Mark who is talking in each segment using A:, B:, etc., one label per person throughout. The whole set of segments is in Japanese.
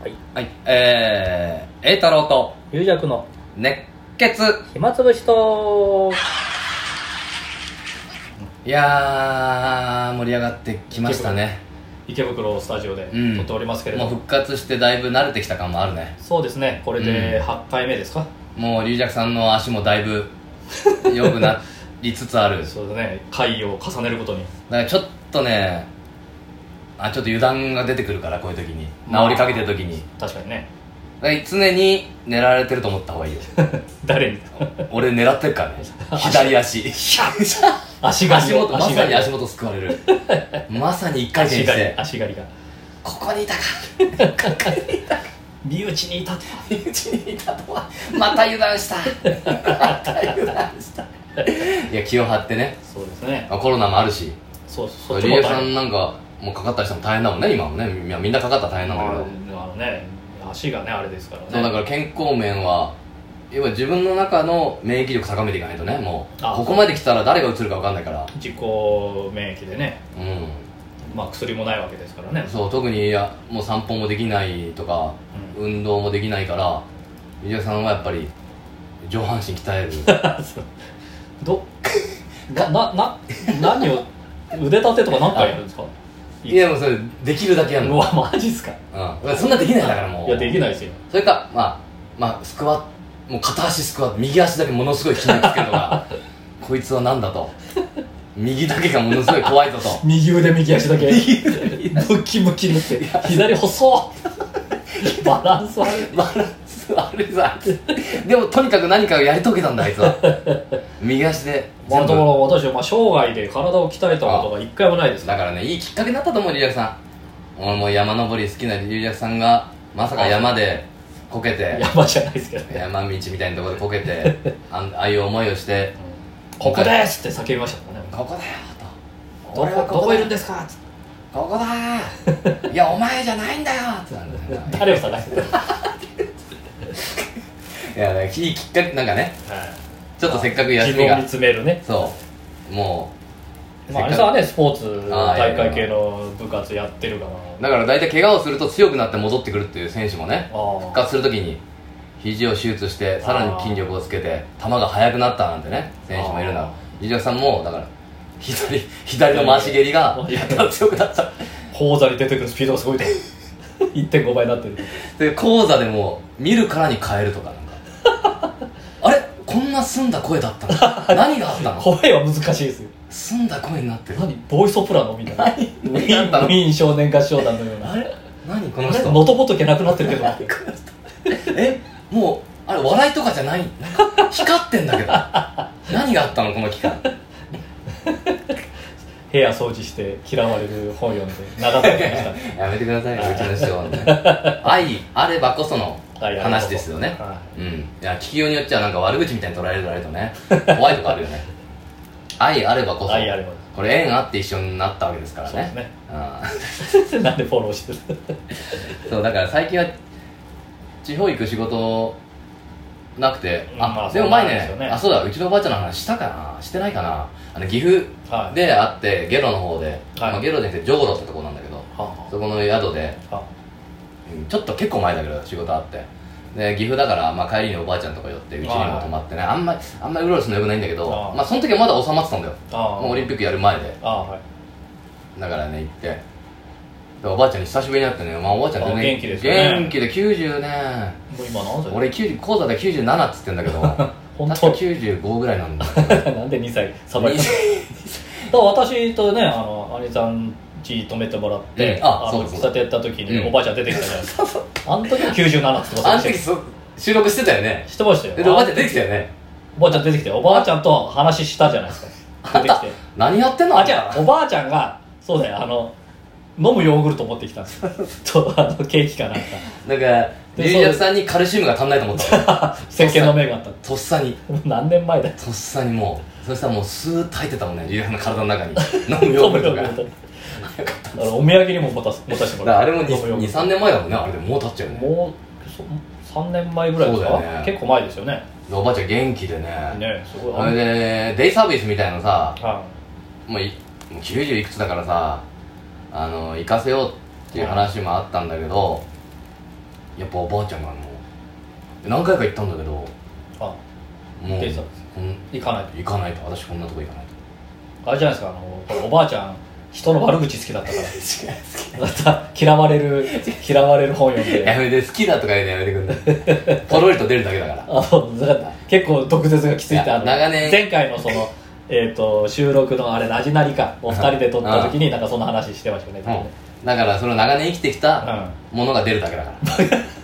A: はい
B: はい、えー、栄太郎と
A: 龍弱の
B: 熱血。
A: 暇つぶしと
B: いやー、盛り上がってきましたね。
A: 池袋をスタジオで
B: うん
A: 撮っておりますけれど
B: もう
A: も、
B: 復活してだいぶ慣れてきた感もあるね。
A: そうですねこれで8回目ですか、
B: もう、龍尺さんの足もだ いぶ良くなりつつある。だか
A: そうだね回を重ねることに
B: らちょっとね、あ、ちょっと油断が出てくるから、こういう時に。
A: まあ
B: 治りかけてる時に。
A: 確かにね
B: だから常に狙われてると思った方 がいいよ。
A: 誰に
B: 俺狙ってるからね。左足。
A: 足が
B: 足元、まさに足元救わ れる。まさに一回転
A: 足
B: し
A: がり
B: て。
A: 足がりが
B: ここにいたか
A: 身内にいたとは
B: 身内にいたとはまた油断したまた油断したいや気を張ってね
A: そうですね
B: まあコロナもあるし
A: そうそっち
B: リ
A: も
B: エ
A: 大
B: さ
A: 変
B: んなんかもうかかった人も大変だもんね今もねみみんなかかったら大変なんだけど、
A: あのね足がねあれですからね
B: そうだから健康面は要は自分の中の免疫力高めていかないとねもう
A: あ
B: ここまで来たら誰がうつるか分かんないから
A: 自己免疫でね、
B: うん
A: まあ、薬もないわけですからね
B: そう特にいやもう散歩もできないとか運動もできないからリエさんはやっぱり上半身鍛 える
A: どななな何を腕立てとか何回やるんですか
B: いやもうそれできるだけやる
A: う
B: の、
A: わマジっすか
B: うん、そんなできないだからもう
A: いやできないですよ
B: それかまあまあスクワットもう片足スクワット右足だけものすごい筋肉つける のがこいつはなんだと右だけがものすごい怖いぞと
A: 右腕右足だけムキムキにって左細っバランス悪い
B: バランス悪いぞあいつでもとにかく何かをやり遂げたんだあいつは右足で
A: まあ、
B: 全
A: だ
B: 部
A: から私はまあ生涯で体を鍛えたことが一回もないです
B: だからねいいきっかけになったと思うリリアクさん俺もう山登り好きなリリアクさんがまさか山でこけて
A: 山じゃないですけどね
B: 山道みたいなところでこけてあんああいう思いをして
A: ここですって叫びましたもんね
B: ここだよと
A: ど
B: 俺は
A: こ
B: こ
A: ど
B: こ
A: こ
B: だ
A: いるんですかつって
B: ここだーい やお前じゃないんだよってなるんだよ
A: 誰を探してる
B: いやいいきっかけなんかねちょっとせっかく休
A: 自
B: み
A: 分を
B: が
A: 見つめるね
B: そうもう
A: まあ、あ
B: せ
A: れ
B: っ
A: さ
B: か
A: ねスポーツ大
B: あーいやい
A: 会
B: や
A: 系の部活やってるから
B: くだから大体怪我をすると強くなって戻ってくるっていう選手もね
A: あ
B: 復
A: あ
B: 活するときに肘を手術してさらに筋力をつけて球が速くなったなんてね選手もいる
A: あ
B: な藤崎さんもだから左左の回し蹴り が
A: いやいや
B: やっぱ強くなった
A: 講座に出てくるスピードがすごい と1.5倍になってる
B: で講座でも見るからに変えるとかなんか あれこんな澄んだ声だったの何があったの
A: 声は難しいですよ
B: 澄んだ声になってる
A: 何ボーイソプラノみたいなウィー
B: 何
A: ンウィーン少年合唱団のような
B: あれ何この人
A: のとぼとけなくなってるけ ど
B: えもうあれ笑いとかじゃないなんか光ってんだけど 何があったのこの期間
A: 部屋掃除して嫌われる本読んで長かってま した
B: やめてくださ いようちの師匠はね愛あればこその話ですよね
A: は
B: うんいや聞きようによっちゃなんか悪口みたいに捉えられるとね怖いとこあるよね愛あればこそ
A: 愛あれば
B: これ縁あって一緒になったわけですから
A: そうです
B: ね
A: ね
B: あ
A: なんでフォローしてる
B: ーそうだから最近は地方行く仕事なくて、
A: うんまあ
B: でも前
A: そうなん
B: ね
A: ですよね
B: あそうだうちのおばあちゃんの話したかなしてないかなあの岐阜
A: はい
B: であってゲロの方で、まあ、ゲロじゃなくてジョーロってとこなんだけど
A: は
B: そこの宿で
A: あは
B: うんちょっと結構前だけど仕事あってで岐阜だから、まあ、帰りにおばあちゃんとか寄ってうちにも泊まってねあんまりあんまりうろうろするのよくないんだけど
A: ああ
B: まあ、その時はまだ収まってたんだよ
A: あああ
B: もうオリンピックやる前で
A: ああはい
B: だからね行ってでおばあちゃんに久しぶりに会ってね、まあ、おばあちゃん全然
A: あ元気ですよね
B: 元気で90ね
A: もう今何歳
B: 俺90講座で97っつってん だけど
A: 本
B: 確か
A: 当
B: 95ぐらいなん だ
A: なんで2歳さばいたのだから私とねあの姉さん家泊めてもらって、
B: うんあそう
A: の
B: そう
A: 喫茶店やった時に
B: うん
A: おばあちゃん出てきたじゃないですか、あの時は97ってことで
B: あ
A: し
B: の時
A: て
B: そ収録してたよね
A: してましたよ
B: でおばあちゃん出てきたよね
A: おばあちゃん出てきておばあちゃんと話したじゃないですか
B: あん
A: 出てき
B: た
A: て
B: 何やってんの
A: あじゃあおばあちゃんがそうだよあの飲むヨーグルト持ってきたんですよとあのケーキかなんか
B: なんか
A: で
B: 龍薬さんにカルシウムが足んないと思ったの
A: 石鹸の目があった
B: とっさに
A: もう何年前だよ
B: とっさにもうそしたらもうスーッと入ってたもんね龍薬の体の 中に飲むヨーグルト
A: 飲むヨ
B: が
A: ーグルトあのお土産にも持たす持たせても
B: だ
A: ら
B: から
A: う
B: あれも
A: 飲むヨーグルト
B: 23年前だもんねあれでもう経っちゃうよね
A: もうそ3年前ぐらいです
B: そ
A: か、
B: うだよね
A: 結構前ですよね
B: でおばあちゃん元気でね
A: ねすごい
B: それでデイサービスみたいのさ
A: は
B: もういもう90いくつだからさあの行かせようっていう話もあったんだけどやっぱおばあちゃんがあの何回か行ったんだけども
A: あ
B: う
A: 出てたんです
B: こん
A: 行かない
B: 行かないと私こんなとこ行かないと
A: とあれじゃないですかあのほらおばあちゃん人の悪口好きだったからまた嫌われる嫌われる本読ん
B: や
A: で
B: めて好きだとか言うのやめてくん ないポロリと出るだけだから
A: あのだから結構毒舌がきついっ
B: い
A: て
B: や
A: あの
B: 長年
A: 前回のその、えー、と収録のあれラジナリかお二人で撮った時になんかそんな話してましたよね多分ね
B: うんだからその長年生きてきたものが出るだけだか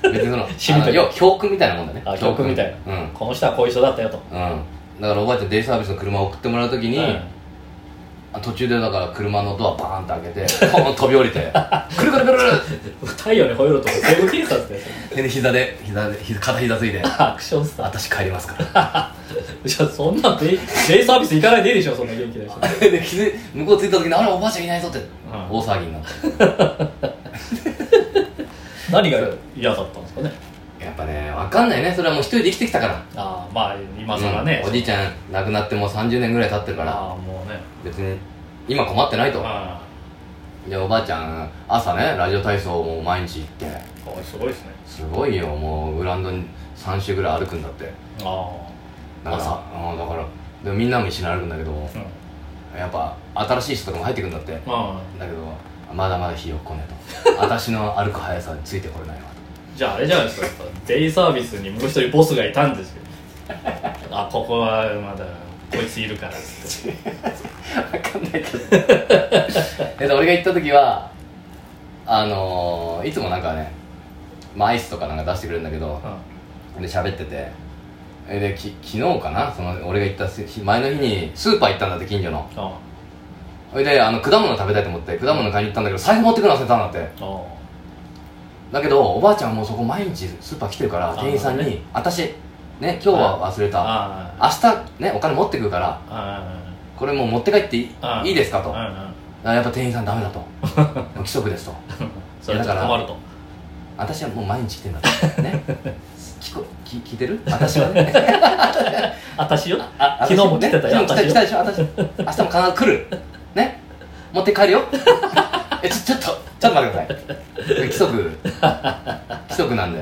B: ら 別にその
A: 染みて
B: あの
A: る
B: 要は教訓みたいなもんだね
A: あ教訓みたいな、
B: うん
A: この人はこういう人だったよと、
B: うんだからおばあちゃんデイサービスの車を送ってもらうときに、
A: うん
B: あ途中でだから車のドアバーンって開けてポーン飛び降りてくるくるくるくる
A: 太陽に吠えろとか全部切れたんですよ
B: ってで膝で膝で膝片膝ついて
A: アクションスター
B: 私帰りますから
A: じゃあそんなんデイデイサービス行かないでいいでしょそんな元気な人
B: で気づい向こう着いた時にあれおばあちゃんいないぞって、大騒ぎになって
A: 何が嫌だったんですかね
B: やっぱねわかんないねそれはもう一人で生きてきたから
A: ああまあ今更ね、
B: うんおじいちゃん亡くなってもう30年ぐらい経ってるから
A: ああもうね
B: 別に今困ってないと
A: あ
B: でおばあちゃん朝ねラジオ体操をもう毎日行って
A: あすごいですね
B: すごいよもうグラウンドに3周ぐらい歩くんだって
A: あ
B: だから
A: 朝
B: うんだからでもみんなも一緒に歩くんだけど
A: あうん
B: やっぱ新しい人とかも入ってくるんだって
A: まあ
B: だけどまだまだ日よこね と私の歩く速さについてこれないわ
A: じゃああれじゃないですかやっぱデイサービスにもう一人ボスがいたんです よあここはまだこいついるからっつって
B: と分かんないけど えっと俺が行った時はあのーいつもなんかね、まあ、アイスとかなんか出してくれるんだけどで喋っててえでき昨日かなその俺が行った日前の日にスーパー行ったんだって近所の
A: ああ
B: それであの果物食べたいと思って果物買いに行ったんだけど財布持ってくの忘れたんだって
A: あ
B: だけどおばあちゃんもそこ毎日スーパー来てるから
A: あ
B: 店員さん
A: なる
B: に「私ね今日は忘れ
A: あ
B: た
A: ああ
B: 明日ねお金持ってくるから
A: ああ
B: これもう持って帰っていい
A: ああ
B: いいですか」
A: あ
B: と
A: あ
B: 「あやっぱ店員さんダメだ」と「もう規則です」と
A: うんうんそれじゃ困ると
B: 「私はもう毎日来てんだ」とね 聞こ聞聞いてる私はね
A: 私よ
B: あ
A: 昨日も来てたよ
B: ね昨日来たでしょ私明日も必ず来るね持って帰るよ えちょちょっとちょっと待ってください規則規則なんで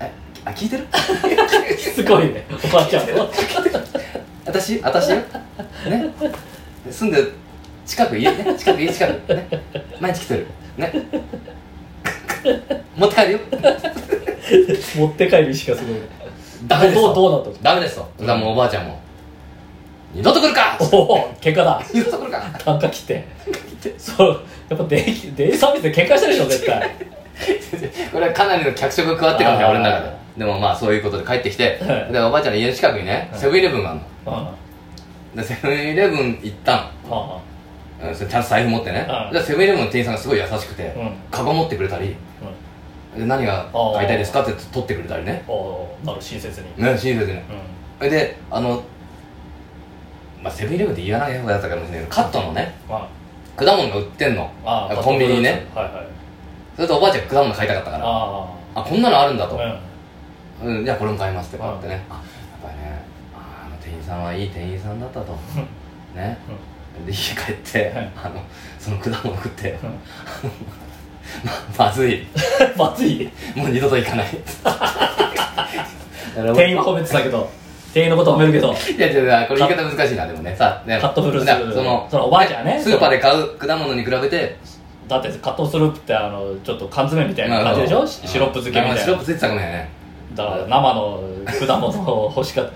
B: えあ聞いてる
A: すごいねおばあちゃんも
B: 私私よね住んでる近く家ね近く家近くね毎日来てるね持って帰るよ
A: 持って帰る意識がすごいね
B: ダメです
A: どう
B: と
A: どうなった
B: ダメですとだからもうおばあちゃんも二度と来るか
A: のおお喧嘩だ
B: 二度と来るか
A: 単価切ってそうやっぱデイデイサービスで喧嘩してるでしょ絶 対
B: これはかなりの脚色が加わってるかもし
A: あ
B: れない
A: ー
B: 俺の中ででもまあそういうことで帰ってきて、
A: はい
B: でおばあちゃんの家の近くにね
A: はい
B: セブンイレブンがあるの
A: うんあ
B: でセブンイレブン行った
A: あ
B: の、うん、それちゃんと財布持ってね
A: はい
B: でセブンイレブンの店員さんがすごい優しくて、
A: うん
B: カゴ持ってくれたり
A: うん
B: で何が買いたいですかって取ってくれたりね
A: おおなる親切に
B: ね親切に
A: うん
B: それであの、まあ、セブンイレブンって言わない方だったかもしれないけどカットのね
A: あ
B: 果物が売ってんの
A: あ
B: コンビニね
A: はいはい
B: それとおばあちゃんが果物買いたかったからあ
A: あ
B: こんなのあるんだ
A: あ
B: と、うん、じゃあこれも買いますって買ってね、あやっぱりねああの店員さんはいい店員さんだったとねで家帰って、
A: はい
B: あのその果物食って、
A: うん
B: ままずい
A: バツイ
B: もう二度と行 かない
A: 店員は褒めてたけど店員のこと褒めるけど
B: いやいやいやこれ言い方難しいなでもねさね
A: カットフルーツ
B: だからその
A: そのおばあちゃんね
B: スーパーで買う果物に比べて
A: だってカットスループってあのちょっと缶詰みたいな感じでし
B: ま
A: ょ
B: あ
A: シロップ漬けみ
B: あ
A: たい
B: シロッ
A: な
B: プついてたかもね
A: だから生の果物を欲しかった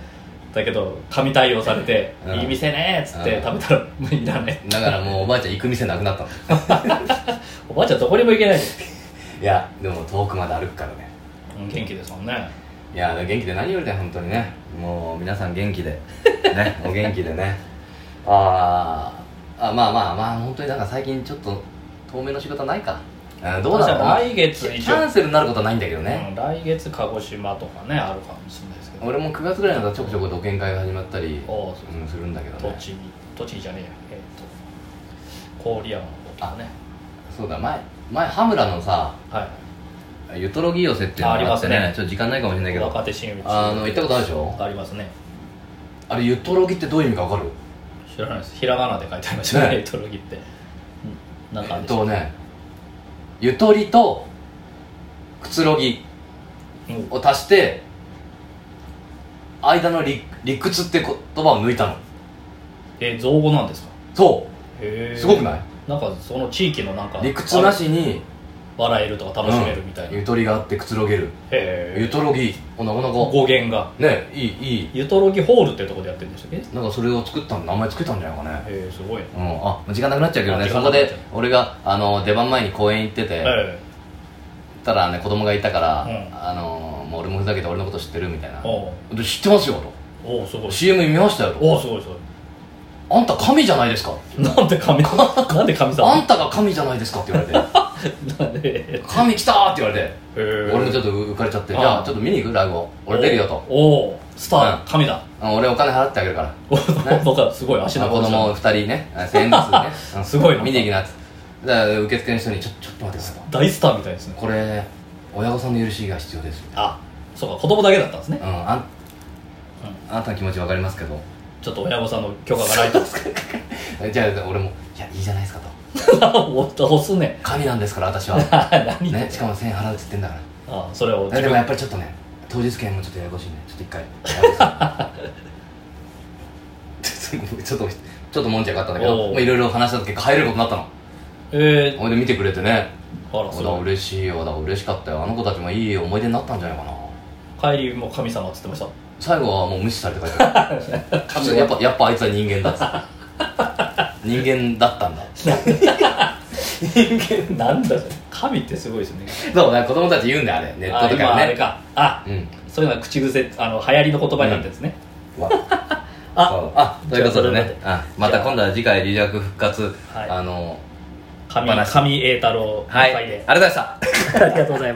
A: だけど紙対応されて「
B: うん
A: いい店ね」っつって
B: うん
A: 食べたら無理だね
B: だからもうおばあちゃん行く店なくなったの
A: おばあちゃんどこにも行けないし
B: いやでも遠くまで歩くからね
A: うん元気ですもんね
B: いや元気で何よりだよ本当にねもう皆さん元 気でねお元気でねあーあまあまあまあ本当になんか最近ちょっと当面の仕事はないかうんどうだろうな
A: 来月
B: キ
A: 一
B: ャ
A: 応
B: ンセルになることはないんだけどね、
A: うん来月鹿児島とかねあるかもしれないですけど
B: 俺も9月ぐらいになったらちょこちょこ土研会が始まったり、
A: おうそう
B: うん、するんだけどね
A: 栃木栃木じゃねえやえっと郡山の方とかね
B: そうだ前前羽村のさ
A: は
B: ゆとろぎ寄せっていうの
A: ああり
B: があ
A: ま
B: っ
A: す
B: てね
A: ね
B: ちょっと時間ないかもしれない
A: い
B: けど
A: 若手新内
B: あの行ったことあるでしょ
A: ありますね
B: あれゆとろぎってどういう意味か分かる
A: 知らないですひらがなで書いてありました
B: ね
A: ねレトロギってうんなんかあ
B: え
A: る
B: っ
A: でしょ
B: とねゆとりとくつろぎ
A: うん
B: を足して間の理理屈って言葉を抜いたの
A: え造語なんですか
B: そ
A: へ
B: う
A: ー
B: すごくない
A: なんかその地域のなんか
B: 理屈なしに
A: 笑えるとか楽しめるみたいな、
B: うん
A: へ
B: ゆとりがあってくつろげるゆ
A: え
B: とろぎおなかなか
A: 語源が
B: ねいいいい
A: ゆとろぎホールってとこでやってるんでしたっけへ
B: なんかそれを作ったの名前つけたんじゃないかね
A: えすごいね
B: うん、あ時間なくなっちゃうけどね
A: あ時
B: そ
A: 間な
B: こ
A: くなっちゃう
B: で俺があの出番前に公園行ってて、
A: え
B: たらね子供がいたから、
A: うん
B: あのもう俺もふざけて俺のこと知ってるみたいな
A: えおう
B: で知ってますよ
A: おうすごい
B: と CM 見ましたよと
A: おうすごいすごい
B: あんた神じゃないですか
A: なんで神 なんで神
B: あ
A: 様
B: んたが神じゃないですかって言われ て
A: なんで
B: 神来たーって言われて
A: へえ
B: 俺もちょっと浮かれちゃって
A: あ
B: じゃあちょっと見に行くライブを俺出るよと
A: おおうスター、神だ
B: うん俺お金払ってあげるから
A: お 僕はすごい足
B: あ
A: の
B: 子供2人ね1000円 ずつね、うん
A: すごいな
B: 見に行きなっつってだから受付の人にちょ「ちょっと待ってください
A: 大スターみたいですね
B: これ親御さんの許しが必要です」
A: あそうか子供だけだったんですね
B: うんあんあなたの気持ち分かりますけど
A: ちょっと親御さんの許可がないと
B: えじゃあ俺も「いやいいじゃないですか」と
A: 押すね
B: 「神なんですから私 は」
A: 何
B: ね、しかも1000円払うっつってんだから
A: あそれを 自
B: えでも
A: 分
B: やっぱりちょっとね当日券もちょっとややこしいんでちょっと一回 やめてくださいちょっとちょっともんじゃよかったんだけ
A: お
B: ど
A: う
B: まあいろいろ話した時帰れることになった の
A: え
B: ほいで見てくれてね
A: ー、あら
B: あ
A: す
B: だ
A: ごい
B: 嬉しいよだから嬉しかったよあの子たちもいい思い出になったんじゃないかな
A: 帰りも神様っつってました
B: 最後はもう無視されて帰ってた 普通やっぱやっぱあいつは人間だっつって 人間だったんだ
A: 人間 なんだそれ神ってすごいですね
B: そうね子供たち言うんだよあれネット
A: あ
B: と
A: 今
B: か
A: あ
B: で
A: れ
B: ね
A: かあ
B: うん
A: そういうのは口癖あの流行りの言葉になってるんですね、
B: うわ
A: あ
B: そうあということでね
A: じ
B: あまた今度は次回「留学復活」
A: はい
B: あの
A: 神
B: 話
A: 神栄太郎
B: はい
A: いっ
B: あ
A: ぱい
B: りがとう
A: で、
B: ございました
A: ありがとうございます